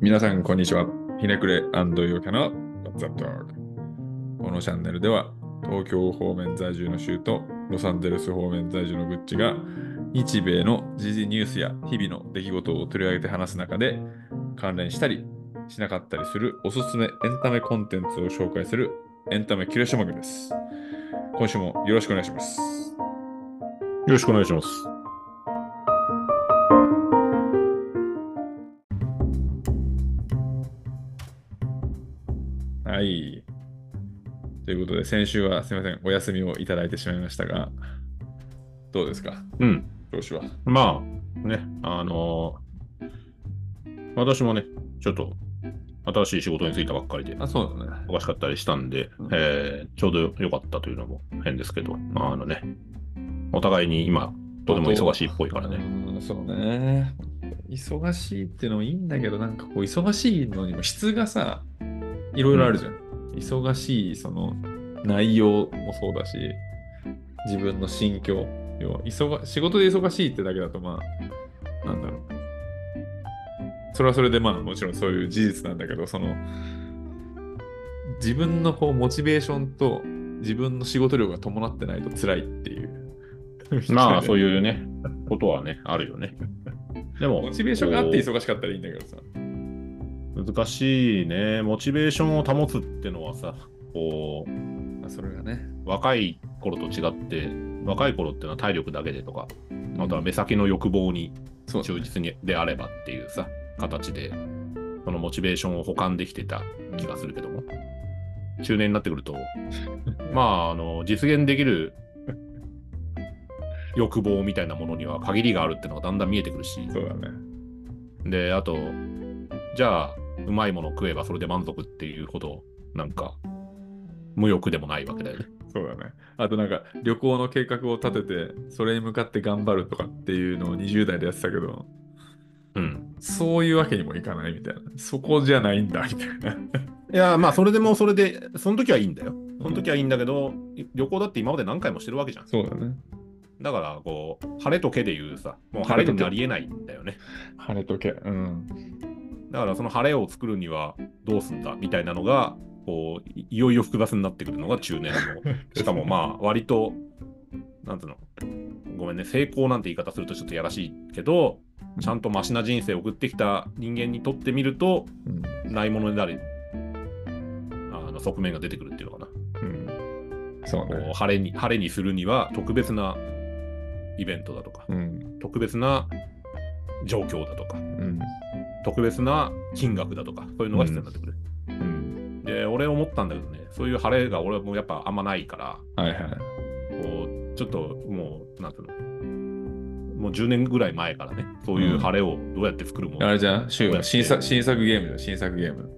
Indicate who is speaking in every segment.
Speaker 1: 皆さん、こんにちは。ひねくれ陽キャの What's Up Dog。このチャンネルでは、東京方面在住の州とロサンゼルス方面在住のグッチが、日米の時事ニュースや日々の出来事を取り上げて話す中で、関連したりしなかったりするおすすめエンタメコンテンツを紹介するエンタメキュレーション番組です。今週もよろしくお願いします。
Speaker 2: よろしくお願いします。
Speaker 1: はい。ということで、先週はすみません、お休みをいただいてしまいましたが、どうですか、
Speaker 2: うん。
Speaker 1: 調子は。
Speaker 2: まあ、ね、あのー私もね、ちょっと新しい仕事に就いたばっかりで、
Speaker 1: あ、そうだね。
Speaker 2: おかしかったりしたんで、
Speaker 1: うん
Speaker 2: えーちょうど良かったというのも変ですけど、あのね、お互いに今、とても忙しいっぽいからね。
Speaker 1: うん、そうね。忙しいっていうのもいいんだけど、なんかこう、忙しいのにも質がさ、いろいろあるじゃん。忙しい、その、内容もそうだし、自分の心境。要は忙、仕事で忙しいってだけだと、まあ、なんだろう。それはそれで、まあ、もちろんそういう事実なんだけど、その、自分のこう、モチベーションと、自分の仕事量が伴ってないと辛いっていう。
Speaker 2: まあ、そういうね、ことはね、あるよね。でも、
Speaker 1: モチベーションがあって忙しかったらいいんだけどさ。
Speaker 2: 難しいね。モチベーションを保つってのはさ、こう、
Speaker 1: まあ、それがね。
Speaker 2: 若い頃と違って若い頃っていうのは体力だけでとかあとは目先の欲望に
Speaker 1: そう
Speaker 2: 忠実にであればっていうさ形でそのモチベーションを保管できてた気がするけども中年になってくるとまああの実現できる欲望みたいなものには限りがあるっていうのがだんだん見えてくるし
Speaker 1: そうだね。
Speaker 2: であとじゃあうまいもの食えばそれで満足っていうほどなんか無欲でもないわけだよね。
Speaker 1: そうだね。あとなんか旅行の計画を立てて、それに向かって頑張るとかっていうのを20代でやってたけど、
Speaker 2: うん
Speaker 1: そういうわけにもいかないみたいな。そこじゃないんだみたいな。
Speaker 2: いや、まあ、それでもそれで、その時はいいんだよ。その時はいいんだけど、い旅行だって今まで何回もしてるわけじゃん。
Speaker 1: そうだね。
Speaker 2: だから、こう、晴れとけで言うさ、もう晴れになり得ないんだよね。
Speaker 1: 晴れとけ。 うん。
Speaker 2: だから、その晴れを作るにはどうすんだみたいなのが、こう、いいよいよ複雑になってくるのが中年の。しかも、まあ、割と、なんつうの、ごめんね、成功なんて言い方するとちょっとやらしいけど、ちゃんとマシな人生を送ってきた人間にとってみると、
Speaker 1: うん。
Speaker 2: ないものになる、あの、側面が出てくるっていうのかな。
Speaker 1: うん、そう
Speaker 2: こう
Speaker 1: ね。
Speaker 2: 晴れに晴れにするには特別なイベントだとか、
Speaker 1: うん。
Speaker 2: 特別な状況だとか、
Speaker 1: うん。
Speaker 2: 特別な金額だとか、そういうのが必要になってくる。
Speaker 1: うん。
Speaker 2: で、俺思ったんだけどね、そういう晴れが俺はもうやっぱあんまないから、
Speaker 1: はいはい。
Speaker 2: こうちょっともう、なんていうの、もう10年ぐらい前からね、そういう晴れをどうやって作るもの、
Speaker 1: あ
Speaker 2: い
Speaker 1: れじゃん、週は新作新作ゲームだよ、新作ゲーム。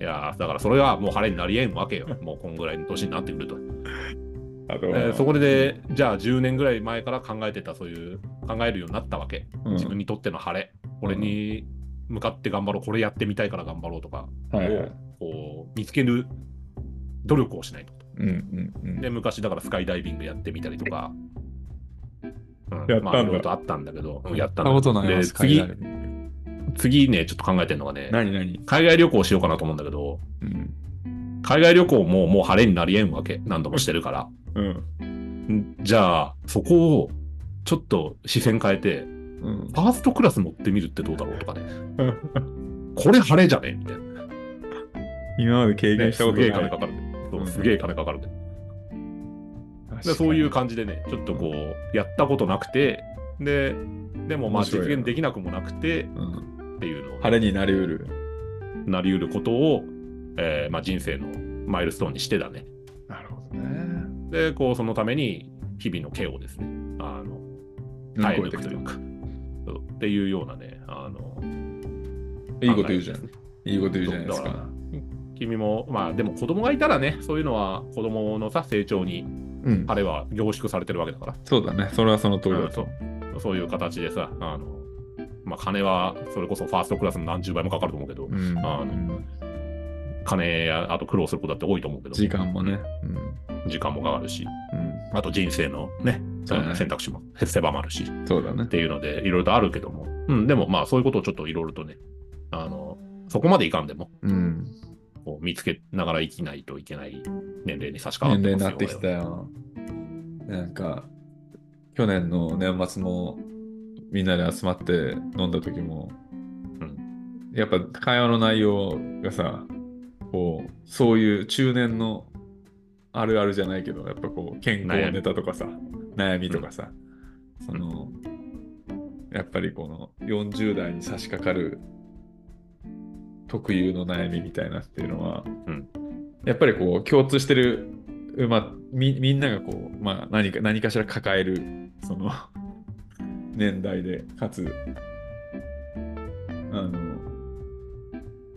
Speaker 2: やーだからそれはもう晴れになり得んわけよ、もうこんぐらいの年になってくると。
Speaker 1: あと
Speaker 2: えーそこで、じゃあ10年ぐらい前から考えてた、そういう、考えるようになったわけ。
Speaker 1: うん
Speaker 2: 自分にとっての晴れ、これに向かって頑張ろう、これやってみたいから頑張ろうとかを、
Speaker 1: はいはい。
Speaker 2: こう見つける努力をしないと。
Speaker 1: うんうんうん。
Speaker 2: で、昔だからスカイダイビングやってみたりとか、うん
Speaker 1: やったんだ
Speaker 2: まあ、いろいろとあったんだけど、うんやったんだ
Speaker 1: やったことないわ
Speaker 2: で
Speaker 1: スカイ
Speaker 2: 次
Speaker 1: ダイビ、
Speaker 2: 次ね、ちょっと考えてるのがね、
Speaker 1: 何何
Speaker 2: 海外旅行しようかなと思うんだけど、
Speaker 1: うん。
Speaker 2: 海外旅行ももう晴れになり得んわけ、何度もしてるから。
Speaker 1: うん。
Speaker 2: んじゃあ、そこをちょっと視線変えて、
Speaker 1: うん
Speaker 2: ファーストクラス乗ってみるってどうだろうとかね、これ晴れじゃねみたいな。
Speaker 1: 今まで経験したこと
Speaker 2: すげ
Speaker 1: ない。
Speaker 2: え金かかるねそううんすげえ金かかるね
Speaker 1: 確か
Speaker 2: で
Speaker 1: に
Speaker 2: そういう感じでね、ちょっとこう、やったことなくて、で、でもまあ
Speaker 1: 面白
Speaker 2: 実
Speaker 1: いな
Speaker 2: 現できなくもなくて
Speaker 1: うん
Speaker 2: っていうの
Speaker 1: 晴れになりうる。
Speaker 2: を、なりうることを、えーまあ、人生のマイルストーンにしてだね。
Speaker 1: なるほどね。
Speaker 2: で、こう、そのために、日々の毛をですね、あの、体力というか、そうっていうようなね、あの、
Speaker 1: いいこと言うじゃん。いいこと言うじゃないです
Speaker 2: だ
Speaker 1: か。
Speaker 2: 君も、まあでも子供がいたらね、そういうのは子供のさ、成長に、
Speaker 1: うん。
Speaker 2: 彼は凝縮されてるわけだから。
Speaker 1: そうだね。それはその通りだ
Speaker 2: うんそ
Speaker 1: と。
Speaker 2: うそういう形でさ、あのまあ、金はそれこそファーストクラスの何十倍もかかると思うけど、
Speaker 1: うんう
Speaker 2: あの
Speaker 1: ん
Speaker 2: 金やあと苦労することだって多いと思うけど、
Speaker 1: 時間もね。うん
Speaker 2: 時間もかかるし、あと人生のね、
Speaker 1: そうね
Speaker 2: えー選択肢も狭まるしっ
Speaker 1: うんそうだね。
Speaker 2: ていうので、いろいろとあるけども、うん、でもまあそういうことをちょっといろいろとね、あのそこまでいかんでも、
Speaker 1: うん。
Speaker 2: こう見つけながら生きないといけない年齢に差し掛か
Speaker 1: 年
Speaker 2: っ
Speaker 1: 齢
Speaker 2: てま
Speaker 1: に
Speaker 2: す
Speaker 1: な
Speaker 2: よ
Speaker 1: ってきたよ。なんか、去年の年末もみんなで集まって飲んだ時も、
Speaker 2: ん
Speaker 1: やっぱ会話の内容がさ、こう、そういう中年のあるあるじゃないけど、やっぱこう、健康ネタとかさ、悩みとかさ、その、やっぱりこの40代に差し掛かる特有の悩みみたいなっていうのは、
Speaker 2: うん
Speaker 1: やっぱりこう共通してる、まあ、みみんながこう、まあ、何か何かしら抱えるその年代でかつあの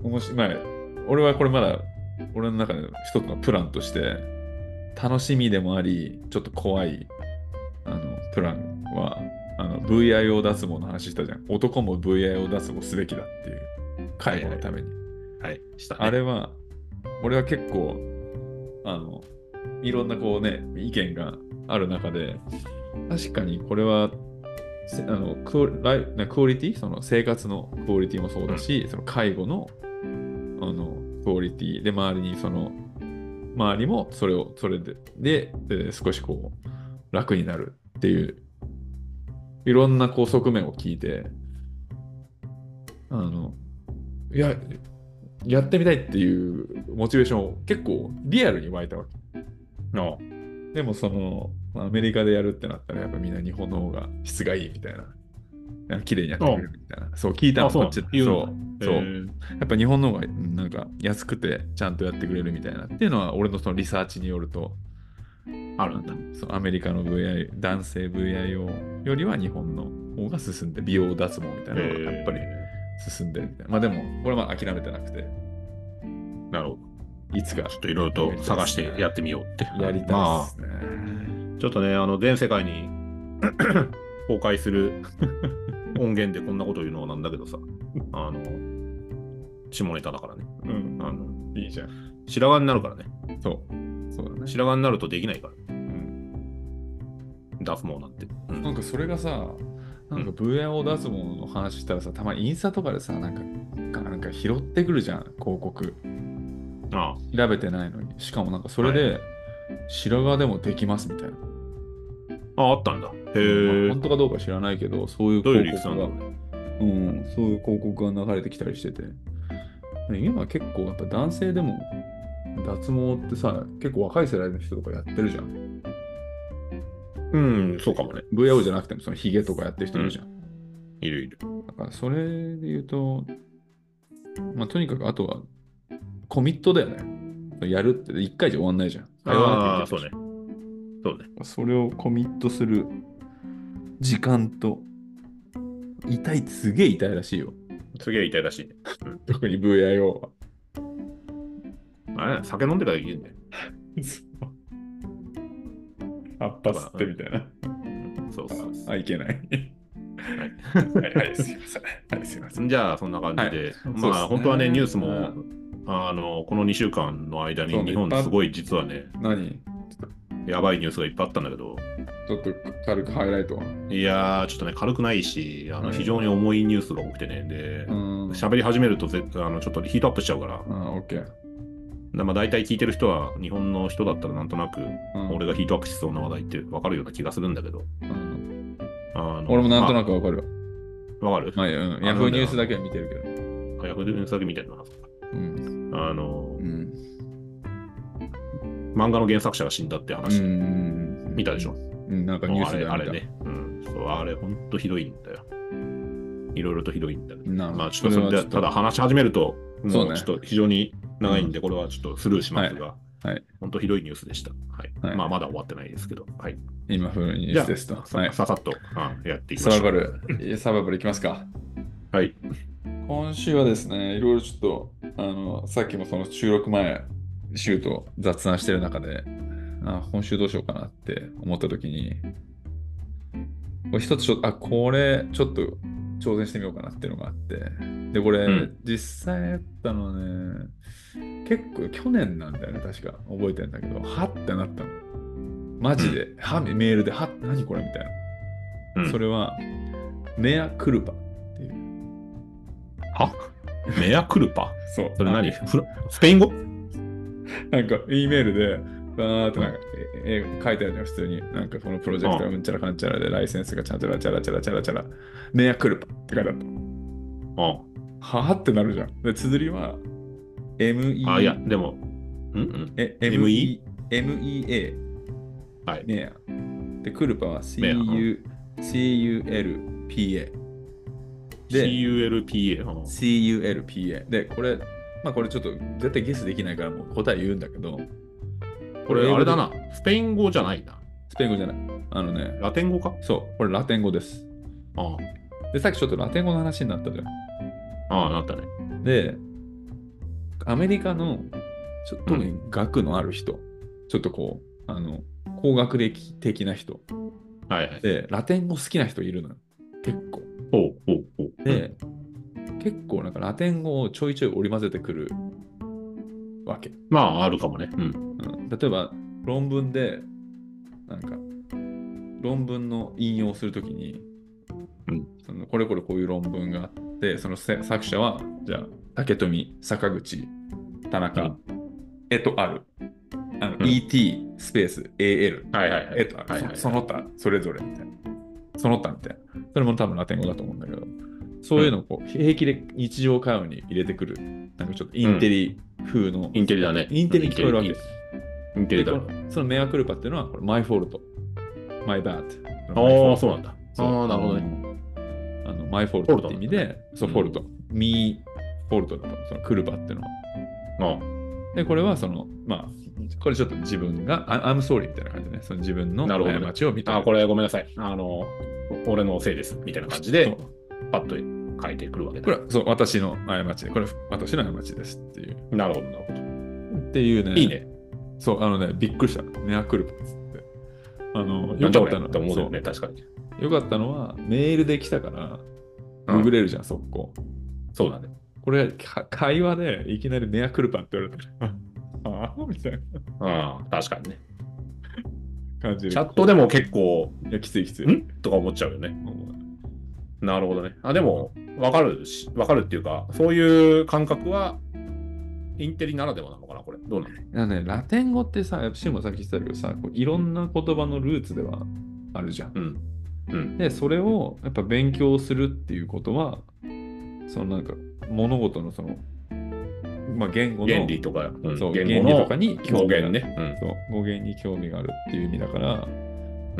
Speaker 1: おもし、まあ、俺はこれまだ俺の中で一つのプランとして楽しみでもありちょっと怖いあのプランはあの VIO 脱毛の話したじゃん男も VIO 脱毛すべきだっていう介護のために、
Speaker 2: はい、した、ね。
Speaker 1: あれは、俺は結構、あの、いろんなこうね、意見がある中で、確かにこれは、せあのクオライなクオリティその生活のクオリティもそうだし、その介護のあのクオリティで、周りにその、周りもそれを、それで、で、えー少しこう、楽になるっていう、いろんなこう側面を聞いて、あの、いや、やってみたいっていうモチベーションを結構リアルに湧いたわけ。
Speaker 2: の、
Speaker 1: でもその、まあアメリカでやるってなったらやっぱみんな日本の方が質がいいみたいな。なんか綺麗にやってくれるみたいな。そう聞いたの
Speaker 2: あそう
Speaker 1: こっちだ
Speaker 2: 言うの
Speaker 1: そうそう、
Speaker 2: えー
Speaker 1: やっぱ日本の方がうんなんか安くてちゃんとやってくれるみたいなっていうのは俺のそのリサーチによると
Speaker 2: あるんだ。
Speaker 1: そうアメリカの VI 男性 VIO よりは日本の方が進んで美容脱毛みたいなのがやっぱり
Speaker 2: え
Speaker 1: 進んでるみたいな。まあでも俺はまあ諦めてなくて
Speaker 2: ーなるほど。
Speaker 1: いつか
Speaker 2: ちょっといろいろと探してやってみようって。
Speaker 1: やりたい
Speaker 2: ま
Speaker 1: ですね。
Speaker 2: あ、ちょっとね、あの、全世界に 公開する 音源でこんなこと言うのはなんだけどさ、あの、下ネタだからね。
Speaker 1: うん
Speaker 2: あの、
Speaker 1: いいじゃん。
Speaker 2: 白髪になるからね。
Speaker 1: そう。そうだね。
Speaker 2: 白髪になるとできないから。
Speaker 1: うん
Speaker 2: 脱毛なんて。う
Speaker 1: なん
Speaker 2: ん、
Speaker 1: かそれがさ、なんか VIO 脱毛の話したらさ、たまにインスタとかでさ、なんかがなんか拾ってくるじゃん、広告。
Speaker 2: ああ
Speaker 1: 調べてないのに。しかもなんかそれで、白髪でもできますみたいな。
Speaker 2: ああ、あったんだ。へ
Speaker 1: まあ
Speaker 2: え
Speaker 1: 本。当かどうか知らないけど、そういう
Speaker 2: どういう
Speaker 1: 広
Speaker 2: 理屈なん
Speaker 1: 告
Speaker 2: だ
Speaker 1: が
Speaker 2: ろう、
Speaker 1: う
Speaker 2: ね。
Speaker 1: ん、そういう広告が流れてきたりしてて。今結構やっぱ男性でも脱毛ってさ、結構若い世代の人とかやってるじゃん。
Speaker 2: うん、そうかもね。
Speaker 1: VIO じゃなくてもそのヒゲとかやってる人いるじゃん。
Speaker 2: いるいる。
Speaker 1: だからそれで言うと、まあ、とにかくあとはコミットだよね。やるって一回じゃ終わんないじゃん。
Speaker 2: ああ、
Speaker 1: 通
Speaker 2: そ
Speaker 1: わ
Speaker 2: う
Speaker 1: なきゃいけない
Speaker 2: ね。そうね。
Speaker 1: それをコミットする時間と、痛いってすげえ痛いらしいよ。
Speaker 2: すげえ痛いらしいね。
Speaker 1: 特に VIO は。
Speaker 2: あれ酒飲んでから言うんだよ。
Speaker 1: 葉っぱ吸ってみたいな。
Speaker 2: そうそうそう
Speaker 1: あ、いけない。はい、はい、すいません。はい、すいません。
Speaker 2: じゃあ、そんな感じで、ま
Speaker 1: そうっす
Speaker 2: あ、
Speaker 1: ね
Speaker 2: 本当はね、ニュース
Speaker 1: う
Speaker 2: も
Speaker 1: ん、
Speaker 2: あの、この2週間の間に
Speaker 1: そう、ね
Speaker 2: 日本
Speaker 1: いっぱい
Speaker 2: すごい実はね、
Speaker 1: 何
Speaker 2: やばいニュースがいっぱいあったんだけど、
Speaker 1: ちょっと軽くハイライトは。
Speaker 2: いやー、ちょっとね、軽くないし、あの
Speaker 1: はい
Speaker 2: 非常に重いニュースが多くてね、で
Speaker 1: う、ん。
Speaker 2: 喋り始めるとぜあの、ちょっとヒートアップしちゃうから、
Speaker 1: うん、オッケー。
Speaker 2: だまあ、大体聞いてる人は、日本の人だったらなんとなく、
Speaker 1: うん
Speaker 2: 俺がヒートアップしそうな話題って分かるような気がするんだけど、
Speaker 1: うん
Speaker 2: あの
Speaker 1: 俺もなんとな
Speaker 2: く。
Speaker 1: くわかるわ。
Speaker 2: わ、かる
Speaker 1: まあ、うん、ヤフーニュースだけは見てるけど。
Speaker 2: ヤフーニュースだけ見てるな。
Speaker 1: うん。
Speaker 2: あの
Speaker 1: う、ん。
Speaker 2: 漫画の原作者が死んだって
Speaker 1: う
Speaker 2: 話、
Speaker 1: ん。
Speaker 2: 見たでしょ
Speaker 1: うん、なんかニュースで
Speaker 2: あ
Speaker 1: あ
Speaker 2: れあれ。ね、うん、そうあれほんとひどいんだよいろいろとひどいんだけど
Speaker 1: な
Speaker 2: まあちょっとそれでただ、話し始めると
Speaker 1: そ
Speaker 2: も
Speaker 1: う
Speaker 2: う
Speaker 1: ね
Speaker 2: ちょっと非常に長いんで、これはちょっとスルーしますが、
Speaker 1: いはい
Speaker 2: ほんとひどいニュースでした、はい
Speaker 1: はい
Speaker 2: まあまだ終わってないですけど、はい、
Speaker 1: 今風ニュースですと。
Speaker 2: さ
Speaker 1: はい。
Speaker 2: ささっと、うんやっていき
Speaker 1: サ
Speaker 2: まし
Speaker 1: バ
Speaker 2: ょ
Speaker 1: イバ
Speaker 2: う
Speaker 1: ル、えサバイバルいきますか。
Speaker 2: はい
Speaker 1: 今週はですね、いろいろちょっと、あの、さっきもその収録前、シューと雑談してる中で、あ、今週どうしようかなって思った時に、これ一つちょっと、あ、これちょっと挑戦してみようかなっていうのがあって、で、これ、
Speaker 2: うん
Speaker 1: 実際やったのね、結構去年なんだよね、確か。覚えてんだけど、はってなったの。マジで、は、メールで、は、何これみたいな。
Speaker 2: うん
Speaker 1: それは、メアクルパっていう。
Speaker 2: はメアクルパ
Speaker 1: そう。
Speaker 2: それ何フラスペイン語
Speaker 1: なんか、E メールで、バーってなんか、ええ書いてあるじゃん、普通に。なんか、このプロジェクトがうんちゃらかんちゃらで、ライセンスがちゃんちゃらちゃらちゃらちゃらちゃら、メアクルパって書いてあった。
Speaker 2: う
Speaker 1: はぁってなるじゃん。で、綴りは、
Speaker 2: ん。あ、いや、
Speaker 1: MEA。
Speaker 2: でも、うんうん。
Speaker 1: え
Speaker 2: ME
Speaker 1: MEA。
Speaker 2: はい
Speaker 1: メア。で、クルパは
Speaker 2: メアうん
Speaker 1: CU CULPA。で
Speaker 2: CULPA。うん
Speaker 1: CULPA。で、これ、まあこれちょっと絶対ゲスできないからもう答え言うんだけど、
Speaker 2: これ、あれだな。スペイン語じゃないな。
Speaker 1: スペイン語じゃない。あのね、
Speaker 2: ラテン語か
Speaker 1: そう、これラテン語です。
Speaker 2: あ
Speaker 1: で、さっきちょっとラテン語の話になったじゃ
Speaker 2: あ、ああなったね。
Speaker 1: ん。で、アメリカの、ちょ特に学のある人、ちょっとこう、あの、工学歴的な人
Speaker 2: はいはい。
Speaker 1: で、ラテン語好きな人いるのよ。結構。
Speaker 2: ほうほうほう。
Speaker 1: で、結構なんかラテン語をちょいちょい織り交ぜてくるわけ。
Speaker 2: まあ、あるかもね。うん。
Speaker 1: うん例えば論文でなんか論文の引用するときに、
Speaker 2: うん
Speaker 1: そのこれこれこういう論文があってそのせ作者はじゃあ竹富坂口田中、
Speaker 2: うん
Speaker 1: えっとあるあの、
Speaker 2: うん
Speaker 1: ET スペース AL
Speaker 2: はいはいはい。
Speaker 1: えっとある
Speaker 2: はい
Speaker 1: そ
Speaker 2: はい
Speaker 1: その他それぞれみたいなその他みたいなそれも多分ラテン語だと思うんだけどそういうのをこう平気で日常会話に入れてくるなんかちょっとインテリ風の、
Speaker 2: インテリだね。
Speaker 1: インテリに聞こえるわけです
Speaker 2: インテリ
Speaker 1: で
Speaker 2: だ
Speaker 1: こ
Speaker 2: ね。
Speaker 1: のそのメアクルパっていうのは、これ、マイフォルト。マイバーって。
Speaker 2: ああ、そうなんだ。あ
Speaker 1: そう
Speaker 2: あ、なるほどね。
Speaker 1: あの、マイフォルトって意味
Speaker 2: フォ
Speaker 1: で、そう、
Speaker 2: うん
Speaker 1: フォルト。ミーフォルトだと、そのクルパっていうのは。
Speaker 2: あ
Speaker 1: で、これはその、まあ、これちょっと自分が、ア I'm sorry みたいな感じでね、その自分の
Speaker 2: なるほどね
Speaker 1: 過ちを見た。
Speaker 2: ああ、これごめんなさい。あの、俺のせいです。みたいな感
Speaker 1: そう
Speaker 2: じで、パッと書いてくるわけ
Speaker 1: こ
Speaker 2: だ
Speaker 1: れ。は、そう、私の過ちで、これ、私の過ちですっていう。
Speaker 2: なるほど、なるほど。
Speaker 1: っていうね。
Speaker 2: いい。ね。
Speaker 1: そう、あのね、びっくりした。メアクルパっつって。あの、よ
Speaker 2: なんじゃ
Speaker 1: か
Speaker 2: こ
Speaker 1: った
Speaker 2: れ
Speaker 1: の
Speaker 2: って思うよね、確かに。
Speaker 1: そうよかったのは、メールで来たから、
Speaker 2: うん
Speaker 1: ググれるじゃん、速攻。
Speaker 2: そうだね。
Speaker 1: これか会話でいきなりメアクルパンって言われたから、 ああみたいな
Speaker 2: うん、確かにね。
Speaker 1: 感じで。
Speaker 2: チャットでも結構、
Speaker 1: いや、きついきつい。
Speaker 2: んとか思っちゃうよね。なるほどね。あ、でも、わかるし、わかるっていうか、そういう感覚は、インテリならではなのかな、これ。どう
Speaker 1: な
Speaker 2: なの
Speaker 1: んかね、ラテン語ってさ、シンもさっき言ってたけどさ、こういろんな言葉のルーツではあるじゃん。
Speaker 2: うん。うん。
Speaker 1: で、それをやっぱ勉強するっていうことは、そのなんか物事のその、まあ言語の
Speaker 2: 原理とか、うん
Speaker 1: そう
Speaker 2: 言
Speaker 1: 原
Speaker 2: 語
Speaker 1: 理
Speaker 2: の
Speaker 1: とかに
Speaker 2: 語
Speaker 1: 興味があ
Speaker 2: 源
Speaker 1: る
Speaker 2: ね。うん。
Speaker 1: そう語源に興味があるっていう意味だから、
Speaker 2: うん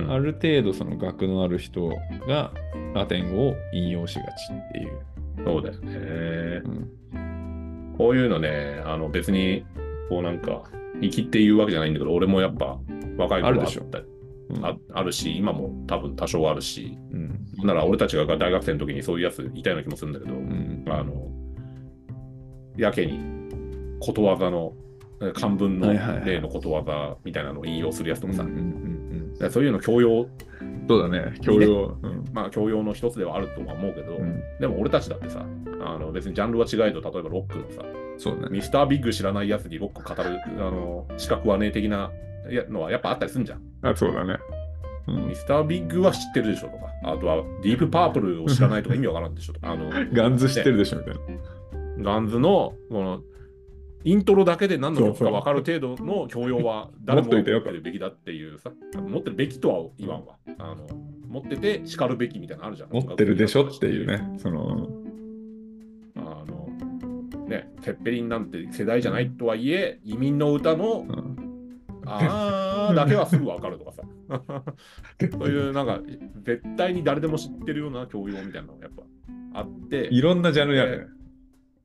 Speaker 1: ある程度その学のある人がラテン語を引用しがちっていう。
Speaker 2: そうだよね
Speaker 1: う。ん
Speaker 2: こういうのね、あの別に、こうなんか、生きって言うわけじゃないんだけど、俺もやっぱ若い頃
Speaker 1: あるでしょ
Speaker 2: あった
Speaker 1: うん
Speaker 2: ああるし、今も多分多少あるし、
Speaker 1: うん
Speaker 2: なんなら俺たちが大学生の時にそういうやついたような気もするんだけど、
Speaker 1: うん
Speaker 2: あの、やけにことわざの、え漢文の
Speaker 1: はいはいはい
Speaker 2: 例のことわざみたいなのを引用するやつとかさ、
Speaker 1: うんうん
Speaker 2: だからそういうの教養、
Speaker 1: うんそうだね、教養。うん
Speaker 2: まあ教養の一つではあるとは思うけど、
Speaker 1: うん
Speaker 2: でも俺たちだってさ、あの別にジャンルは違えど、例えばロックのさ、
Speaker 1: そうだね。
Speaker 2: ミスタービッグ知らないやつにロック語る、あの、資格はねえ的なやのはやっぱあったりすんじゃん。
Speaker 1: あ、そうだね。う
Speaker 2: ミ
Speaker 1: ん
Speaker 2: スタービッグは知ってるでしょとか、あとはディープパープルを知らないとか意味わからんでしょとか、あの、
Speaker 1: ガンズ知ってるでしょみたいな。
Speaker 2: ガンズの、この、イントロだけで何の曲か分かる程度の教養は誰も
Speaker 1: 持
Speaker 2: 持
Speaker 1: っといて
Speaker 2: って
Speaker 1: よと
Speaker 2: るべきだっていうさ、持ってるべきとは言わんわ。あの持ってて叱るべきみたいなのあるじゃん。
Speaker 1: 持ってるでしょっていう。ね。その、
Speaker 2: あの、ね、ペッペリンなんて世代じゃないとはいえ、移民の歌の
Speaker 1: うん
Speaker 2: あ ーだけはすぐ分かるとかさ。 そういうなんか、絶対に誰でも知ってるような教養みたいなのがやっぱあって、
Speaker 1: いろんなジャンルやるね。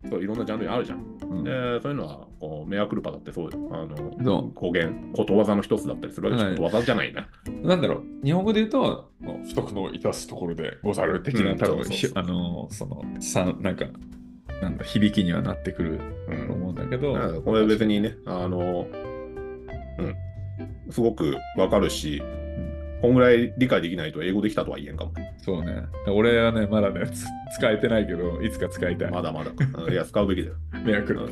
Speaker 2: そういろんなジャンルにあるじゃん。
Speaker 1: うん
Speaker 2: でそういうのはこうメアクルパだってそうあの
Speaker 1: そ
Speaker 2: 語源ことわざの一つだったりするわけで
Speaker 1: はい
Speaker 2: しょ、ことわざじゃないな。
Speaker 1: うなんだろう、日本語で言うと、もう不徳の致すところでござる的な、
Speaker 2: うん
Speaker 1: 多分
Speaker 2: そうそうそう
Speaker 1: ひあの、その、さなんか、なんだ、響きにはなってくる
Speaker 2: う
Speaker 1: と
Speaker 2: ん
Speaker 1: 思うんだけど、
Speaker 2: うんこれ別にねあの、うん、すごくわかるし、こんぐらい理解できないと英語できたとは言えんかも。
Speaker 1: そうね。俺はね、まだね、つ使えてないけど、いつか使いたい。
Speaker 2: まだまだ。うんいや、使うべきだよ。
Speaker 1: メアク
Speaker 2: う
Speaker 1: ル
Speaker 2: ん。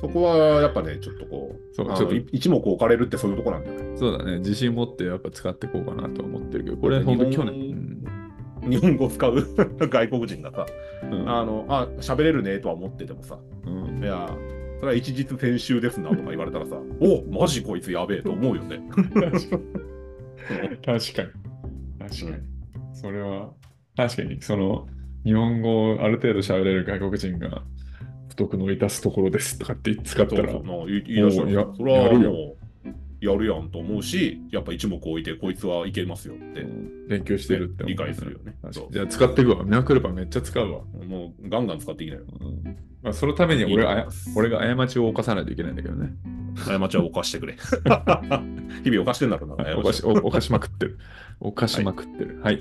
Speaker 2: そこはやっぱね、ちょっとこう、
Speaker 1: そう
Speaker 2: あの
Speaker 1: ちょっと
Speaker 2: い一目置かれるってそういうとこなんだよね。
Speaker 1: そうだね、自信持ってやっぱ使っていこうかなとは思ってるけど、これ
Speaker 2: だって
Speaker 1: 本
Speaker 2: 日
Speaker 1: 当
Speaker 2: 本
Speaker 1: 去年、うん
Speaker 2: 日本語を使う 外国人がさ、
Speaker 1: うん
Speaker 2: あの、あ、喋れるねとは思っててもさ、
Speaker 1: うん
Speaker 2: いや、それは一日先週ですなとか言われたらさ、 おマジこいつやべえと思うよね。
Speaker 1: 確かに。確かに。それは、確かに、その、日本語をある程度喋れる外国人が、不徳の致すところですとかって使った
Speaker 2: そう
Speaker 1: ら
Speaker 2: そう、な言い言い出したら
Speaker 1: おうや
Speaker 2: それは
Speaker 1: やるよ
Speaker 2: もうやるやんと思うし、やっぱ一目置いて、こいつはいけますよって、
Speaker 1: うん勉強してるって思う
Speaker 2: 理解するよね。
Speaker 1: 確か
Speaker 2: そ
Speaker 1: にじゃあ使っていくわ。ミラクルパンめっちゃ使うわ。
Speaker 2: うもうガンガン使っていきなよ。
Speaker 1: うんまあ、そのために俺
Speaker 2: いい
Speaker 1: は
Speaker 2: と思います
Speaker 1: 俺が過ちを犯さないといけないんだけどね。
Speaker 2: 過ちは 犯してくれ。日々犯してんだろうな、
Speaker 1: おか し、お犯しまくってる。犯しまくってる。はい。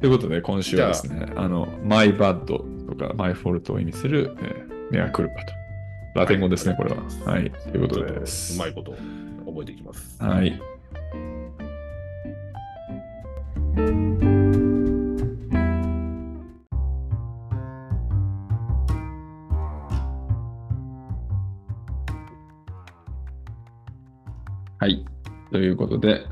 Speaker 1: ということで、今週はですね、あの、マイバッドとか、マイフォルトを意味する、えーメアクルパと。ラテン語ですね、
Speaker 2: はい
Speaker 1: これは。はい。ということです。
Speaker 2: うまいこと覚えていきます。
Speaker 1: はい。はい。ということで、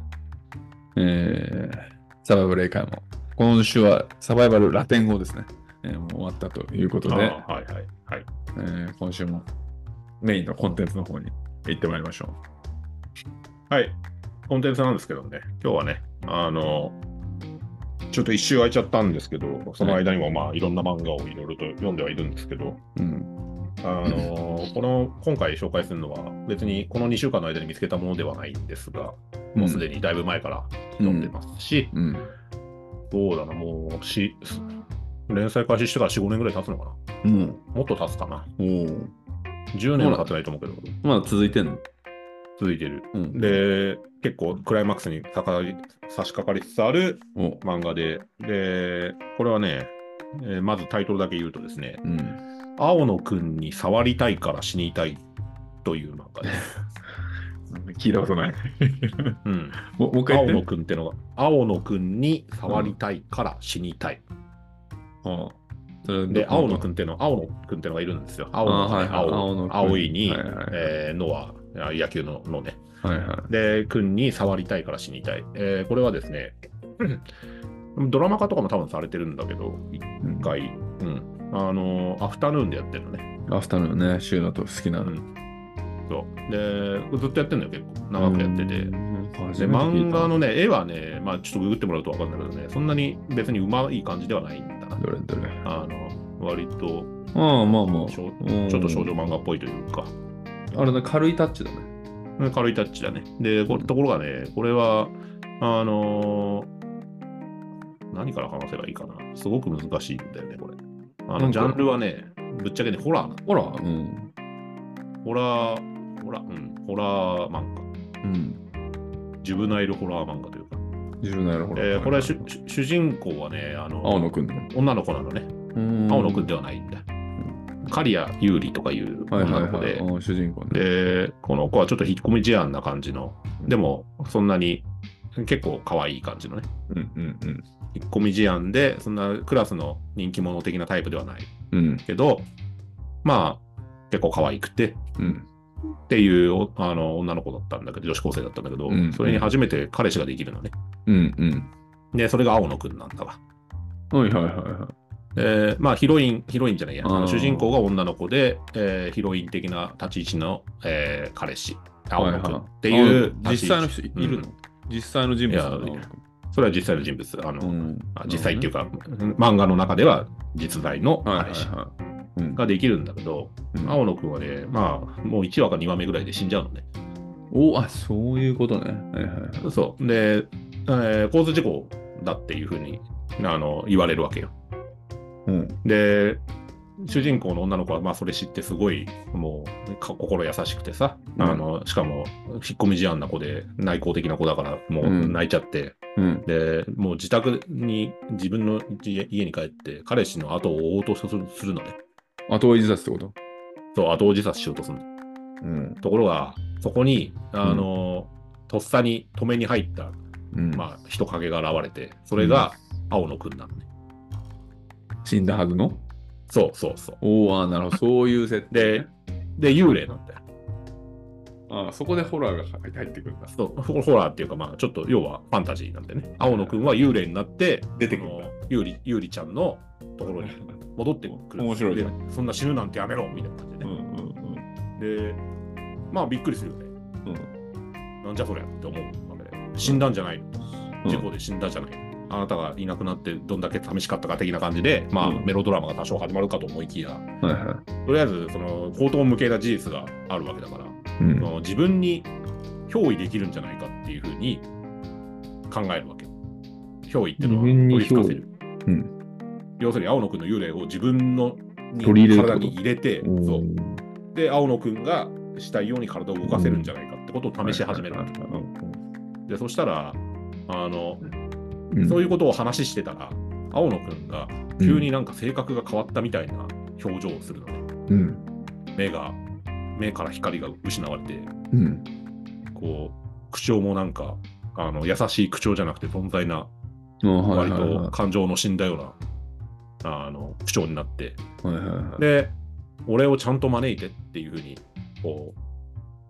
Speaker 1: えーサバイバル英会も、今週はサバイバルラテン語ですね。えーもう終わったということ
Speaker 2: あ
Speaker 1: で、
Speaker 2: ーはいはいはい。
Speaker 1: えー今週もメインのコンテンツの方に行ってまいりましょ
Speaker 2: はい。コンテンツなんですけどね、今日はね、あの、ちょっと一周空いちゃったんですけど、その間にもまあいろんな漫画をいろいろと読んではいるんですけど、
Speaker 1: う。うん。
Speaker 2: あ のこの今回紹介するのは別にこの2週間の間に見つけたものではないんですが、もうすでにだいぶ前から読んでますし、
Speaker 1: うん。
Speaker 2: どうだな、もうし、連載開始してから4、5年ぐらい経つのかな
Speaker 1: うん。
Speaker 2: もっと経つかな
Speaker 1: おお。
Speaker 2: ?10 年は経ってないと思うけど、
Speaker 1: まだ続いてんの
Speaker 2: 続いてる。
Speaker 1: うん
Speaker 2: で、結構クライマックスにかかり差し掛かりつつある
Speaker 1: お
Speaker 2: 漫画で、で、これはね、えーまずタイトルだけ言うとですね、
Speaker 1: うん。
Speaker 2: 青野くんに触りたいから死にたいという漫画です。
Speaker 1: 聞いたことない。
Speaker 2: うん
Speaker 1: もうもう一回
Speaker 2: 青
Speaker 1: 言
Speaker 2: 野
Speaker 1: って。
Speaker 2: くんってのが、青野くんに触りたいから死にたい。
Speaker 1: ああそれ
Speaker 2: で、青野く
Speaker 1: ん。
Speaker 2: んっての、青野くんってのがいるんですよ。青
Speaker 1: あ
Speaker 2: 野、
Speaker 1: はいはい
Speaker 2: 青
Speaker 1: 青野くん
Speaker 2: 青いに、
Speaker 1: はいはいはい
Speaker 2: えーノア、あ野球ののね。
Speaker 1: はいはい。
Speaker 2: で、くんに触りたいから死にたい。えーこれはですね、ドラマ化とかも多分されてるんだけど、一
Speaker 1: うん
Speaker 2: 回、うん、あのーアフタヌーンでやってるのね。
Speaker 1: アフタヌーンね、週だと好きな
Speaker 2: う
Speaker 1: の。
Speaker 2: んそうで、ずっとやってるのよ、結構。長くやってて。
Speaker 1: うん。
Speaker 2: で漫画のね、絵はね、まあ、ちょっとググってもらうと分かるんだけどね、そんなに別にうまい感じではないんだな。
Speaker 1: どれどれ。
Speaker 2: あの割と
Speaker 1: ああ、まあまあ。
Speaker 2: ちょ
Speaker 1: うん
Speaker 2: ちょっと少女漫画っぽいというか、
Speaker 1: あれね、軽いタッチだね。
Speaker 2: 軽いタッチだね。で、これところがね、これは、あのー何から話せばいいかな。すごく難しいんだよね、これ。
Speaker 1: な
Speaker 2: あ
Speaker 1: ん
Speaker 2: の
Speaker 1: か
Speaker 2: ジャンルはね、ぶっちゃけね、ホラーなの
Speaker 1: ほら、うん。
Speaker 2: ホラー、ホラー、うん、ホラー漫画。
Speaker 1: うん。
Speaker 2: ジュブナイルホラー漫画というか。
Speaker 1: 自分のやるほら。
Speaker 2: えーこれは主主主人公はね、あの
Speaker 1: 青野くんだね。
Speaker 2: 女の子なのね。青野くんではないんだ。刈谷優里とかいう
Speaker 1: はいは
Speaker 2: 女
Speaker 1: い
Speaker 2: の子
Speaker 1: はい。
Speaker 2: で、
Speaker 1: うん主人公ね。
Speaker 2: で、この子はちょっと引っ込み思案な感じの、でもそんなに結構可愛い感じのね、
Speaker 1: うんうん
Speaker 2: 引っ込み思案で、そんなクラスの人気者的なタイプではない
Speaker 1: うん。うん
Speaker 2: けど、まあ結構可愛くて
Speaker 1: うん。
Speaker 2: っていうおあの女の子だったんだけど、女子高生だったんだけど、
Speaker 1: うん
Speaker 2: それに初めて彼氏ができるのね。
Speaker 1: うんうん。
Speaker 2: で、それが青野くんなんだわ。
Speaker 1: はいはいはいは
Speaker 2: えーまあ、ヒロイン、ヒロインじゃないや、
Speaker 1: あー
Speaker 2: あの主人公が女の子で、えーヒロイン的な立ち位置の、えー彼氏、青野くんって
Speaker 1: い。
Speaker 2: いう
Speaker 1: あ実
Speaker 2: 立ち位置、
Speaker 1: 際の人いるの実際の人物なの
Speaker 2: いや
Speaker 1: 青野くん
Speaker 2: それは実際の人物、あの
Speaker 1: うん
Speaker 2: あ実際っていうか、漫画の中では実在の
Speaker 1: はいはい
Speaker 2: 彼氏
Speaker 1: はい。うん
Speaker 2: ができるんだけど、
Speaker 1: うん
Speaker 2: 青野くんはね、まあ、もう1話か2話目ぐらいで死んじゃうのね。
Speaker 1: おあそういうことね。はいはいはい。
Speaker 2: そう。で、えー交通事故だっていうふうにあの言われるわけよ。
Speaker 1: うん
Speaker 2: で主人公の女の子はまあそれ知ってすごいもうか心優しくてさ、
Speaker 1: うん
Speaker 2: あのしかも引っ込み思案な子で内向的な子だからも
Speaker 1: う
Speaker 2: うん泣いちゃって、
Speaker 1: うん
Speaker 2: でもう自宅に自分の家家に帰って彼氏の後を追おうとするするのね
Speaker 1: 後追い自殺ってこと
Speaker 2: そう後追い自殺しようとするの
Speaker 1: うん。
Speaker 2: ところがそこにあの、とっさに止めに入った、
Speaker 1: うん
Speaker 2: まあ、人影が現れてそれが青野くんなのね、
Speaker 1: 死んだはずの
Speaker 2: そうそうそう
Speaker 1: おおあなるほど。そういう設定
Speaker 2: で。で幽霊なんだよ
Speaker 1: ああそこでホラーが入ってくるんだ。
Speaker 2: そうホホラーっていうか、まあ、ちょっと要はファンタジーなんでね、青野くんは幽霊になって、
Speaker 1: 出てくるんだ
Speaker 2: あのゆうりゆうりちゃんのところに戻ってくる。
Speaker 1: 面白いじゃ
Speaker 2: でそんな死ぬなんてやめろみたいな感じ
Speaker 1: う
Speaker 2: で
Speaker 1: んうん
Speaker 2: ね。
Speaker 1: うん
Speaker 2: で、まあ、びっくりするよね。
Speaker 1: うん。
Speaker 2: なんじゃそりゃって思うわけで。死んだんじゃない。
Speaker 1: うん
Speaker 2: 事故で死んだじゃない。あなたがいなくなってどんだけ寂しかったか的な感じで、まあ、
Speaker 1: うん
Speaker 2: メロドラマが多少始まるかと思いきや、
Speaker 1: はいはい。
Speaker 2: とりあえず、その、口頭無形な事実があるわけだから、
Speaker 1: うん
Speaker 2: その自分に憑依できるんじゃないかっていうふうに考えるわけ。憑依っていうのは
Speaker 1: 自分に
Speaker 2: 取り付かせる。
Speaker 1: うん
Speaker 2: 要するに青野くんの幽霊を自分のに
Speaker 1: 取り入れるって
Speaker 2: 体
Speaker 1: こと
Speaker 2: に入れて、
Speaker 1: うん
Speaker 2: そうで青野くんがしたいように体を動かせるんじゃないかってことを試し始めるわけ。でそしたらあの、
Speaker 1: うん
Speaker 2: そういうことを話してたら青野くんが急になんか性格が変わったみたいな表情をするのね。
Speaker 1: うん
Speaker 2: 目が目から光が失われて
Speaker 1: うん
Speaker 2: こう口調もなんかあの優しい口調じゃなくて存在な
Speaker 1: うんはい
Speaker 2: 割
Speaker 1: はいはい
Speaker 2: と感情の死んだような、あの口調になって
Speaker 1: はいはいはい
Speaker 2: で俺をちゃんと招いてっていうふうにこう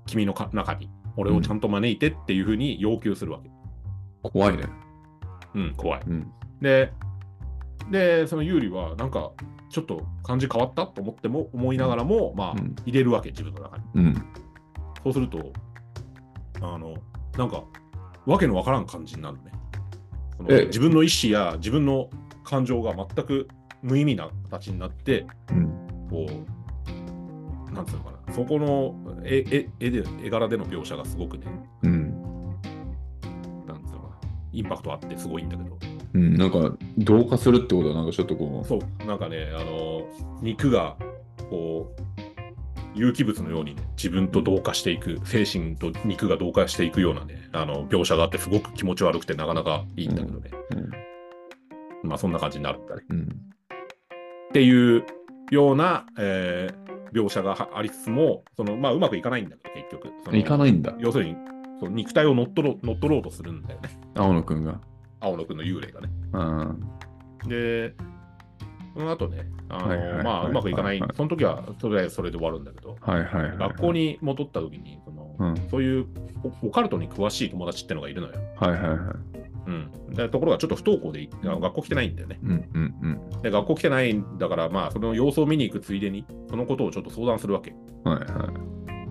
Speaker 2: 君のか中に俺をちゃんと招いてっていうふうに要求するわけ、
Speaker 1: 怖いね。
Speaker 2: うん怖い
Speaker 1: うん
Speaker 2: ででその優里はなんかちょっと感じ変わったと思っても思いながらも、まあ
Speaker 1: うん
Speaker 2: 入れるわけ自分の中に
Speaker 1: うん
Speaker 2: そうするとあのなんかわけのわからん感じになるねその
Speaker 1: え
Speaker 2: 自分の意思や自分の感情が全く無意味な形になって
Speaker 1: うん
Speaker 2: こう、なんつうのかな、そこの絵絵絵で絵柄での描写がすごくね、
Speaker 1: うん
Speaker 2: なんつうのかな、インパクトあってすごいんだけど、
Speaker 1: うんなんか同化するってことはなんかちょっとこう
Speaker 2: そう、なんかね、あの、肉が、こう、有機物のようにね、自分と同化していく、精神と肉が同化していくようなね、あの描写があって、すごく気持ち悪くて、なかなかいいんだけどね、まあ、そんな感じになるんだね。
Speaker 1: うん
Speaker 2: っていうような、えー描写がはありつつも、そのまあ、うまくいかないんだけど、結局。
Speaker 1: う
Speaker 2: そ
Speaker 1: ん
Speaker 2: の
Speaker 1: 行かないんだ
Speaker 2: 要するにその肉体を乗っ取ろう乗っ取ろうとするんだよね、
Speaker 1: 青野くんが。
Speaker 2: 青野くんの幽霊がね。
Speaker 1: あ
Speaker 2: で、その後ね、あの
Speaker 1: はいはいはいはい
Speaker 2: まあうまくいかない、その時はとりあえずそれで終わるんだけど、
Speaker 1: あはいはいはい。
Speaker 2: 学校に戻った時に、その
Speaker 1: うん
Speaker 2: そういうオオカルトに詳しい友達ってのがいるのよ。
Speaker 1: はいはいはい。
Speaker 2: うん、でところがちょっと不登校であの学校来てないんだよね。
Speaker 1: うんうん
Speaker 2: で、学校来てないんだから、まあその様子を見に行くついでに、そのことをちょっと相談するわけ。
Speaker 1: うん。はいはい。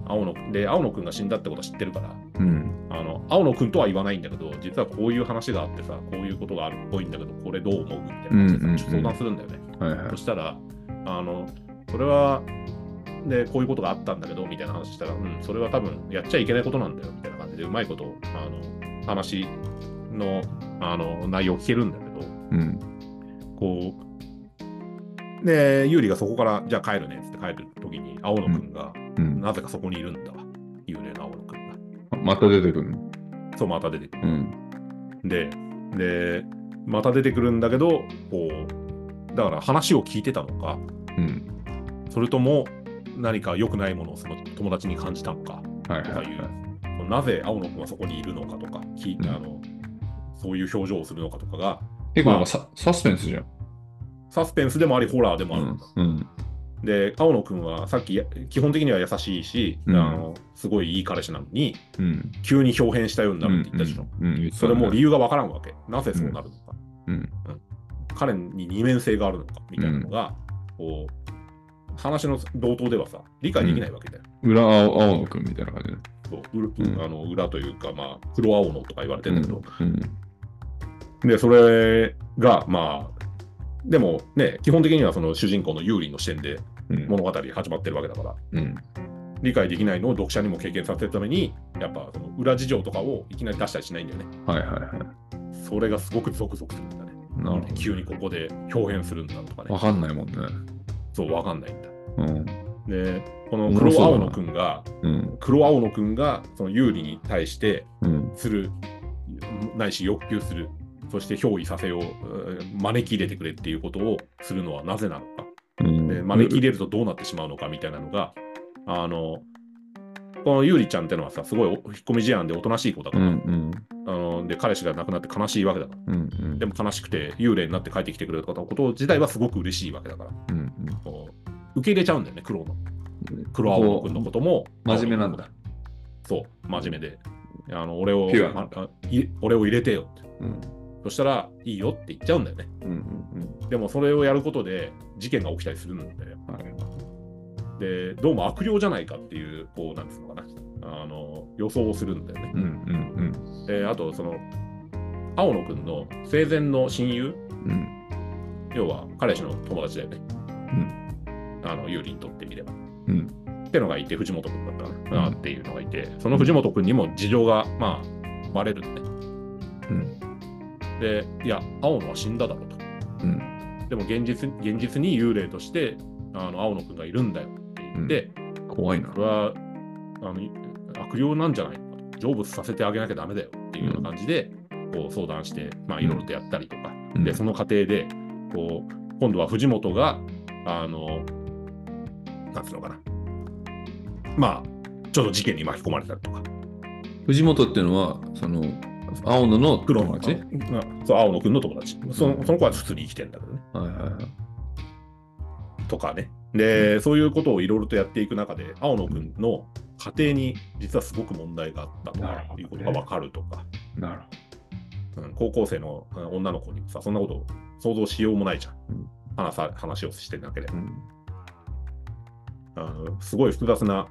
Speaker 2: 青野で、青野くんが死んだってことは知ってるから、
Speaker 1: うん
Speaker 2: あの青野くんとは言わないんだけど、実はこういう話があってさ、こういうことがあるっぽいんだけど、これどう思うみたいな感じで
Speaker 1: うんうんうん
Speaker 2: さちょっと相談するんだよね。
Speaker 1: はいはい
Speaker 2: そ。したら、あの、それは、で、こういうことがあったんだけど、みたいな話したら、うん、それは多分やっちゃいけないことなんだよ、みたいな感じで、うまいこと、あの、話の、あの、内容を聞けるんだけど、
Speaker 1: うん
Speaker 2: こう、で、優里がそこから、じゃあ帰るねっつって帰る時に、青野くんが、
Speaker 1: うん。
Speaker 2: なぜかそこにいるんだわ、幽霊の青野くんが。
Speaker 1: また出てくるの。
Speaker 2: そう、また出てくる
Speaker 1: うん
Speaker 2: で、で、また出てくるんだけど、こう、だから話を聞いてたのか、
Speaker 1: うん。
Speaker 2: それとも何か良くないものをその友達に感じたのか
Speaker 1: はい
Speaker 2: と
Speaker 1: は
Speaker 2: か
Speaker 1: い
Speaker 2: いう、
Speaker 1: は
Speaker 2: なぜ青野君はそこにいるのかとか、聞い
Speaker 1: うん
Speaker 2: あのそういう表情をするのかとかが、
Speaker 1: い。結構なんかササスペンスじゃん。
Speaker 2: サスペンスでもあり、ホラーでもある。
Speaker 1: うん
Speaker 2: で、青野君はさっきや、基本的には優しいし、
Speaker 1: うん
Speaker 2: あの、すごいいい彼氏なのに、
Speaker 1: うん。
Speaker 2: 急に表変したようになるって言ったでしょ。
Speaker 1: うんうんうん
Speaker 2: それも理
Speaker 1: 由。
Speaker 2: 由がわからんわけ。なぜそうなるのか。
Speaker 1: うん
Speaker 2: 彼に二面性があるのかみたいなのが、こう話の冒頭ではさ理解できないわけだよ。
Speaker 1: 裏青青野くんみたいな感じ
Speaker 2: そうう
Speaker 1: うん
Speaker 2: あの裏というか、まあ、黒青のとか言われて
Speaker 1: で。
Speaker 2: る
Speaker 1: うん
Speaker 2: だけど、
Speaker 1: ん
Speaker 2: でそれがまあでもね基本的にはその主人公の有利の視点で
Speaker 1: うん
Speaker 2: 物語始まってるわけだから
Speaker 1: うん。
Speaker 2: 理解できないのを読者にも経験させるためにやっぱその裏事情とかをいきなり出したりしないんだよね
Speaker 1: はいはいはい。
Speaker 2: それがすごくゾクゾクするんだね
Speaker 1: なるほど
Speaker 2: 急にここで表現するんだとかね
Speaker 1: わかんないもんね。
Speaker 2: そうわかんないんだ
Speaker 1: うん。
Speaker 2: でこの
Speaker 1: 面白
Speaker 2: 黒
Speaker 1: そうだな
Speaker 2: 青野くんが
Speaker 1: うん。
Speaker 2: 黒青野くんがその有利に対して
Speaker 1: うん。
Speaker 2: するないし欲求するそして憑依させよううん招き入れてくれっていうことをするのはなぜなのか
Speaker 1: うん
Speaker 2: で招き入れるとどうなってしまうのかみたいなのがあのこのゆうりちゃんってのはさすごいお引っ込み思案でおとなしい子だか
Speaker 1: うん
Speaker 2: ら、
Speaker 1: うん
Speaker 2: あので彼氏が亡くなって悲しいわけだから
Speaker 1: うんうん
Speaker 2: でも悲しくて幽霊になって帰ってきてくれたこと自体はすごく嬉しいわけだから
Speaker 1: うんうん
Speaker 2: こう受け入れちゃうんだよね黒の黒青野くんのことも
Speaker 1: 真面目なんだ
Speaker 2: そう、真面目で。あの俺を
Speaker 1: ピュア
Speaker 2: ああい俺を入れてよって。
Speaker 1: うん。
Speaker 2: そしたら、いいよって言っちゃうんだよね。
Speaker 1: うんうん
Speaker 2: でもそれをやることで事件が起きたりするんだよ。
Speaker 1: うん。はい。
Speaker 2: で、どうも悪霊じゃないかっていう、こう、なんつうのかな。あの予想をするんだよね。
Speaker 1: うんうん
Speaker 2: で、あと、その、青野くんの生前の親友、
Speaker 1: うん。うん。
Speaker 2: 要は彼氏の友達だよね。
Speaker 1: ん
Speaker 2: あの、ユーリにとってみれば。
Speaker 1: うん。
Speaker 2: ってのがいて、藤本君だったかな、あーっていうのがいて、その藤本君にも事情が、まあ、バレるんで、
Speaker 1: うん。
Speaker 2: で、いや、青野は死んだだろうと。
Speaker 1: うん。
Speaker 2: でも現実現実に幽霊として、あの青野君がいるんだよって言って、
Speaker 1: 怖いな
Speaker 2: こ。れはあのい悪霊なんじゃないかと、成仏させてあげなきゃだめだよっていうような感じで、こう相談して、まあ、いろいろとやったりとか、
Speaker 1: うん
Speaker 2: でその過程でこう、今度は藤本が、あの、なんつうのかな、まあ、ちょっと事件に巻き込まれたりとか、
Speaker 1: 藤本っていうのは、その、青野の
Speaker 2: 黒
Speaker 1: 友
Speaker 2: の
Speaker 1: 達
Speaker 2: ね、あそう青野君の友達その、その子は普通に生きてんだけどね。
Speaker 1: はいはいはい。
Speaker 2: とかね。で、そういうことをいろいろとやっていく中で、青野くんの家庭に実はすごく問題があったと
Speaker 1: なる
Speaker 2: か
Speaker 1: ほど
Speaker 2: い
Speaker 1: ね
Speaker 2: うことが分かるとか、
Speaker 1: なる
Speaker 2: うん高校生のうん女の子にもさ、そんなこと想像しようもないじゃん
Speaker 1: うん。
Speaker 2: 話さ話をしてなければ
Speaker 1: ほど。
Speaker 2: あのすごい複雑な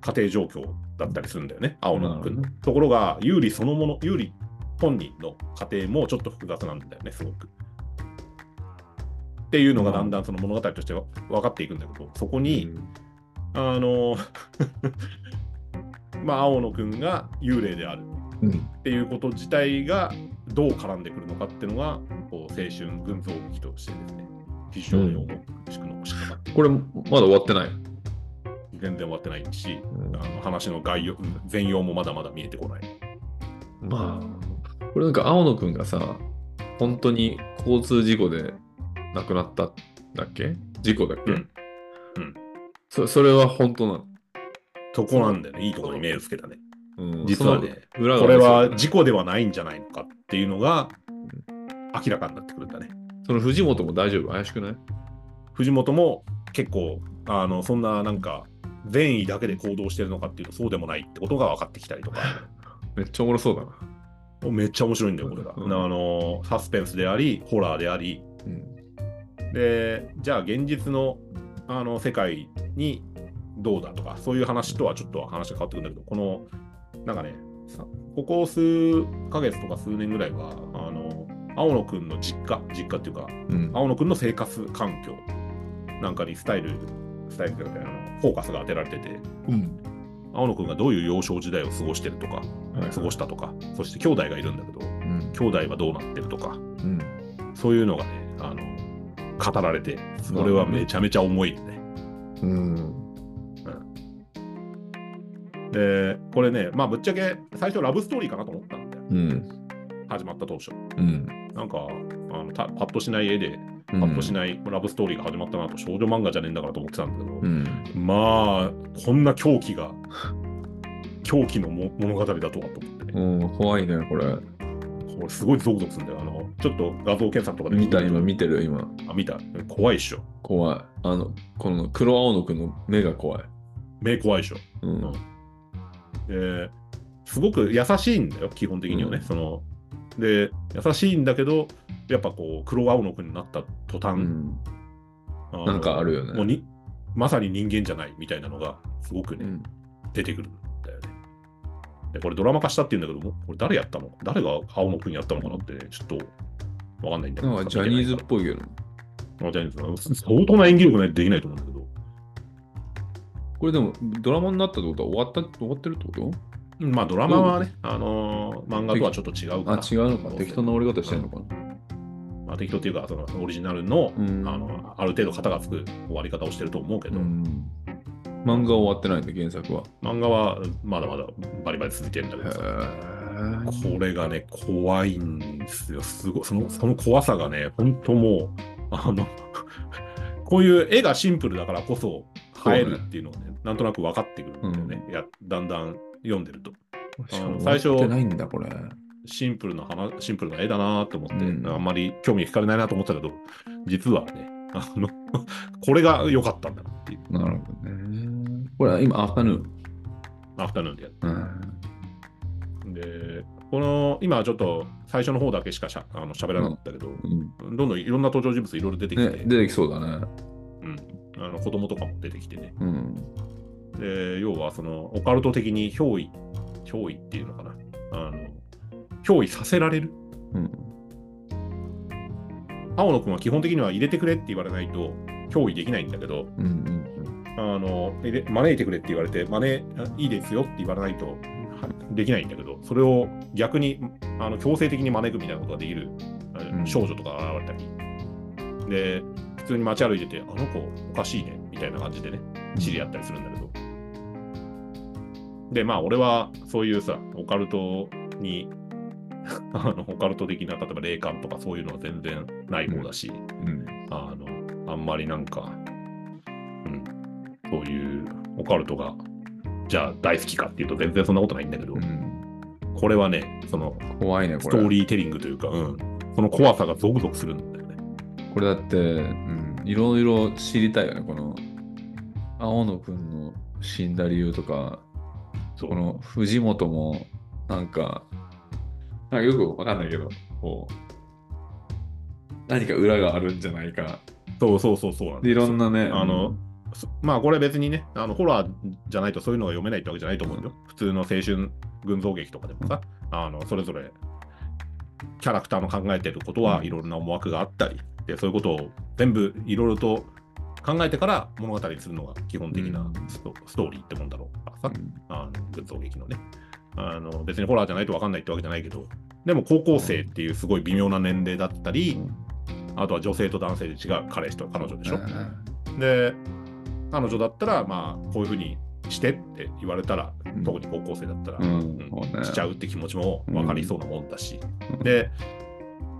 Speaker 2: 家庭状況だったりするんだよね、青野くん
Speaker 1: なるほど
Speaker 2: の
Speaker 1: ね。
Speaker 2: ところが、有利そのもの、有利本人の家庭もちょっと複雑なんだよね、すごく。っていうのがだんだんその物語としては分かっていくんだけど、そこに、あの まあ青野くんが幽霊である
Speaker 1: うん。
Speaker 2: っていうこと自体がどう絡んでくるのかっていうのがこう青春群像劇としてですね非常に重くしくのしかった
Speaker 1: これ、まだ終わってない。
Speaker 2: 全然終わってないしあの話の概要全容もまだまだ見えてこない
Speaker 1: まあ、これなんか青野くんがさ、本当に交通事故で亡くなったんだっけ事故だっけ
Speaker 2: うんうん
Speaker 1: そそれは本当なの。
Speaker 2: とこなんだよねいいところに目をつけたね
Speaker 1: うん
Speaker 2: 実はね、
Speaker 1: その裏が
Speaker 2: これは
Speaker 1: 面白
Speaker 2: 事
Speaker 1: い
Speaker 2: 故ではないんじゃないのかっていうのが明らかになってくるんだね
Speaker 1: その藤本も大丈夫怪しくない
Speaker 2: 藤本も結構あのそんななんか善意だけで行動してるのかっていうとそうでもないってことが分かってきたり とか
Speaker 1: めっちゃおもろそうだな。
Speaker 2: めっちゃ面白いんだよこれが、
Speaker 1: うん
Speaker 2: あのサスペンスでありホラーであり
Speaker 1: うん。
Speaker 2: でじゃあ現実のあの世界にどうだとかそういう話とはちょっと話が変わってくるんだけどこのなんかねさここ数ヶ月とか数年ぐらいはあの青野くんの実家実家っていうか
Speaker 1: うん。
Speaker 2: 青野くんの生活環境なんかにスタイル、スタイルというかあのフォーカスが当てられてて、
Speaker 1: うん。
Speaker 2: 青野くんがどういう幼少時代を過ごしてるとか、
Speaker 1: はい
Speaker 2: 過ごしたとか、そして兄弟がいるんだけど、
Speaker 1: うん。
Speaker 2: 兄弟はどうなってるとか、
Speaker 1: うん。
Speaker 2: そういうのがね、あの語られて、それはめちゃめちゃ重いよね。
Speaker 1: うん。
Speaker 2: で、これね、まあぶっちゃけ最初ラブストーリーかなと思ったんだよ、
Speaker 1: うん。
Speaker 2: 始まった当初。
Speaker 1: うん。
Speaker 2: なんか、あのたパッとしない絵で、パッとしないラブストーリーが始まったなと、少女漫画じゃねえんだからと思ってたんだけど、
Speaker 1: うん。
Speaker 2: まあ、こんな狂気が、狂気のも物語だとはと思ってね、
Speaker 1: うん。怖いね、これ。
Speaker 2: これすごいゾクゾクするんだよ。あの、ちょっと画像検索とかで
Speaker 1: 見た、今見てる、今。
Speaker 2: あ見た。怖いっしょ。
Speaker 1: 怖い。あの、この黒青野くんの目が怖い。
Speaker 2: 目怖いっしょ。
Speaker 1: うん。
Speaker 2: えすごく優しいんだよ、基本的にはね。
Speaker 1: うん
Speaker 2: その、で、優しいんだけど、やっぱこう、黒青の国になった途
Speaker 1: う
Speaker 2: 端、
Speaker 1: ん。
Speaker 2: あの
Speaker 1: なんかあるよね。
Speaker 2: もうに、まさに人間じゃないみたいなのが、すごく
Speaker 1: う
Speaker 2: ね、
Speaker 1: ん。
Speaker 2: 出てくるんだよね。でこれドラマ化したっていうんだけども、これ誰やったの誰が青野くんやったのかなってね、ちょっとわかんないんだけ
Speaker 1: な
Speaker 2: ど。
Speaker 1: んかジャニーズっ
Speaker 2: 見て
Speaker 1: ぽいけど。
Speaker 2: ないからあジャニーズ相当な演技力ないとできないと思うんだけど。
Speaker 1: これでも、ドラマになったってことは終わった、終わってるってこと
Speaker 2: うんまあドラマはね、あのー漫画とはちょっと違うから。
Speaker 1: あ、違うのか。適当な終わり方してんのかな。
Speaker 2: まあ、適当っていうか、そのオリジナルの,、
Speaker 1: うん
Speaker 2: あのある程度型がつく終わり方をしてると思うけど、
Speaker 1: うん。漫画は終わってないんだ、原作は。
Speaker 2: 漫画はまだまだバリバリ続いてるんだけどさ。
Speaker 1: へ
Speaker 2: これがね、怖いんですよ。すごい。その、その怖さがね、本当もう、あの、 こういう絵がシンプルだからこそ、
Speaker 1: そうね
Speaker 2: 映えるっていうのがね、なんとなく分かってくるんだよね。いや、だんだん読んでると。
Speaker 1: え。しかも
Speaker 2: 最初
Speaker 1: 終わってないんだ、これ。
Speaker 2: シンプルな話、シンプルな絵だなと思って、
Speaker 1: うん
Speaker 2: あんまり興味惹かれないなと思ってたけど、実はね、あの、 これが良かったんだなっていう。
Speaker 1: なるほどね。これは今、アフタヌーン。
Speaker 2: アフタヌーンでや
Speaker 1: うん。
Speaker 2: る。で、この、今はちょっと最初の方だけしかしゃあの喋らなかったけど、
Speaker 1: うん
Speaker 2: どんどんいろんな登場人物いろいろ出てき
Speaker 1: ね
Speaker 2: て、、
Speaker 1: 出てきそうだね。
Speaker 2: うん、あの子供とかも出てきてね。
Speaker 1: うん。
Speaker 2: で、要はそのオカルト的に憑依、憑依っていうのかな。あの、憑依させられる。
Speaker 1: うん。
Speaker 2: 青野くんは基本的には入れてくれって言われないと憑依できないんだけど、
Speaker 1: うん。うん
Speaker 2: あの入れ招いてくれって言われて、招いあいいですよって言われないとはできないんだけど、それを逆にあの強制的に招くみたいなことができる、あの
Speaker 1: うん
Speaker 2: 少女とかが現れたり、で、普通に街歩いてて、あの子おかしいねみたいな感じでね、知り合ったりするんだけど。で、まあ、俺はそういうさ、オカルトに、 あのオカルト的な、例えば霊感とかそういうのは全然ない方だし。
Speaker 1: うん。
Speaker 2: あの、あんまりなんか、うん、そういうオカルトが、じゃあ大好きかっていうと全然そんなことないんだけど、
Speaker 1: うん。
Speaker 2: これはね、その
Speaker 1: 怖いね、
Speaker 2: ス
Speaker 1: こ
Speaker 2: ト
Speaker 1: れ。
Speaker 2: ーリーテリングというか、うん、その怖さがゾクゾクするんだよね。
Speaker 1: これだって、うん、いろいろ知りたいよね、この青野くんの死んだ理由とか、
Speaker 2: そう
Speaker 1: この藤本もなんか、なんかよくわかんないけど、こう、何か裏があるんじゃないか。
Speaker 2: そうそうそうそうなん
Speaker 1: で、いろんなね、
Speaker 2: あの、そまあこれ別にね、あのホラーじゃないとそういうのが読めないってわけじゃないと思うよ。普通の青春群像劇とかでもさ、あのそれぞれキャラクターの考えてること
Speaker 1: う
Speaker 2: は
Speaker 1: ん
Speaker 2: いろんな思惑があったり、でそういうことを全部いろいろと考えてから物語にするのが基本的なスト,、ストーリーってもんだろうからさ、あの群像劇のね。あの別にホラーじゃないと分かんないってわけじゃないけど、でも高校生っていうすごい微妙な年齢だったり、あとは女性と男性で違う彼氏と彼女でしょ。で彼女だったらまあこういうふうにしてって言われたら、
Speaker 1: ん
Speaker 2: 特に高校生だったら、
Speaker 1: う、
Speaker 2: うんん
Speaker 1: そうね
Speaker 2: しちゃうって気持ちも分かりそうなもんだし、
Speaker 1: うん
Speaker 2: で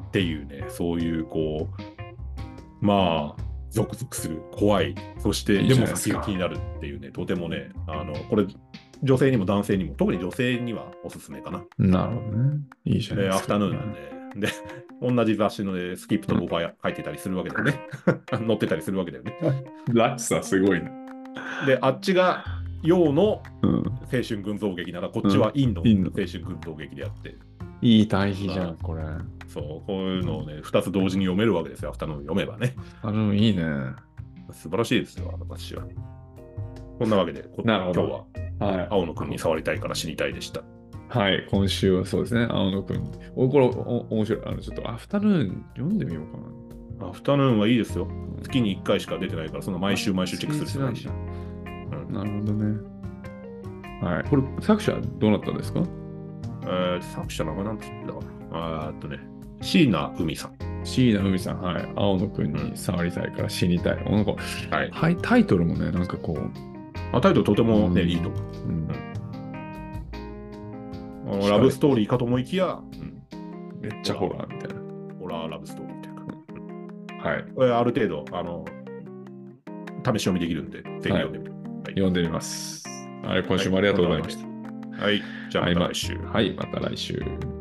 Speaker 2: っていうねそういうこうまあゾクゾクする怖いそして
Speaker 1: いいじ
Speaker 2: で
Speaker 1: ゃな
Speaker 2: も
Speaker 1: いです
Speaker 2: 先
Speaker 1: か
Speaker 2: が気になるっていうねとてもねあのこれ女性にも男性にも特に女性にはおすすめかな。
Speaker 1: なるほどね。いいじゃない
Speaker 2: で
Speaker 1: で
Speaker 2: ア
Speaker 1: す
Speaker 2: フ
Speaker 1: か。
Speaker 2: タヌーンなんで。で同じ雑誌のねスキップと僕は書いてたりするわけだよね。 載ってたりするわけだよね。
Speaker 1: 落差すごいね。
Speaker 2: で、あっちが洋の
Speaker 1: うん。
Speaker 2: 青春群像劇なら、こっちはインド
Speaker 1: うんイン
Speaker 2: の
Speaker 1: ド
Speaker 2: 青春群像劇であって、
Speaker 1: いい対比じゃん、これ。
Speaker 2: そう、こういうのをね、2つ同時に読めるわけですよ、アフタヌーン読めばね。
Speaker 1: あの、いいね。
Speaker 2: 素晴らしいですよ、あの雑誌は。こんなわけで、こ
Speaker 1: なるほど
Speaker 2: 今日
Speaker 1: はい
Speaker 2: は。青野くんに触りたいから知りたいでした。
Speaker 1: はい、今週はそうですね、青野くん。おこれお、面白い。あの、ちょっとアフタヌーン読んでみようかな。
Speaker 2: アフタヌーンはいいですよ。月に1回しか出てないから、その毎週毎週チェックする必要ないし
Speaker 1: な。ん
Speaker 2: うん
Speaker 1: だなるほどね。はい。これ、作者はどうなったんですか
Speaker 2: えー作者の名前なんて言ってたかな。あーっとね、椎名海さん。
Speaker 1: 椎名海さん、はい。青野くんに触りたいから死にたい。なんか、
Speaker 2: はい。
Speaker 1: はい、タイトルもね、なんかこう、
Speaker 2: あタイトルとてもね、
Speaker 1: うん
Speaker 2: いいと思う
Speaker 1: うん、
Speaker 2: あの。ラブストーリーかと思いきや、うん
Speaker 1: めっちゃホラーみたいな。
Speaker 2: ホラーラブストーリーというか、
Speaker 1: はい。
Speaker 2: これある程度、あの、試し読みできるんで、ぜひ読んでみて
Speaker 1: 読んでみます。はい、今週もありがとうございました。
Speaker 2: はい、じゃあまた来週。
Speaker 1: はい、また来週。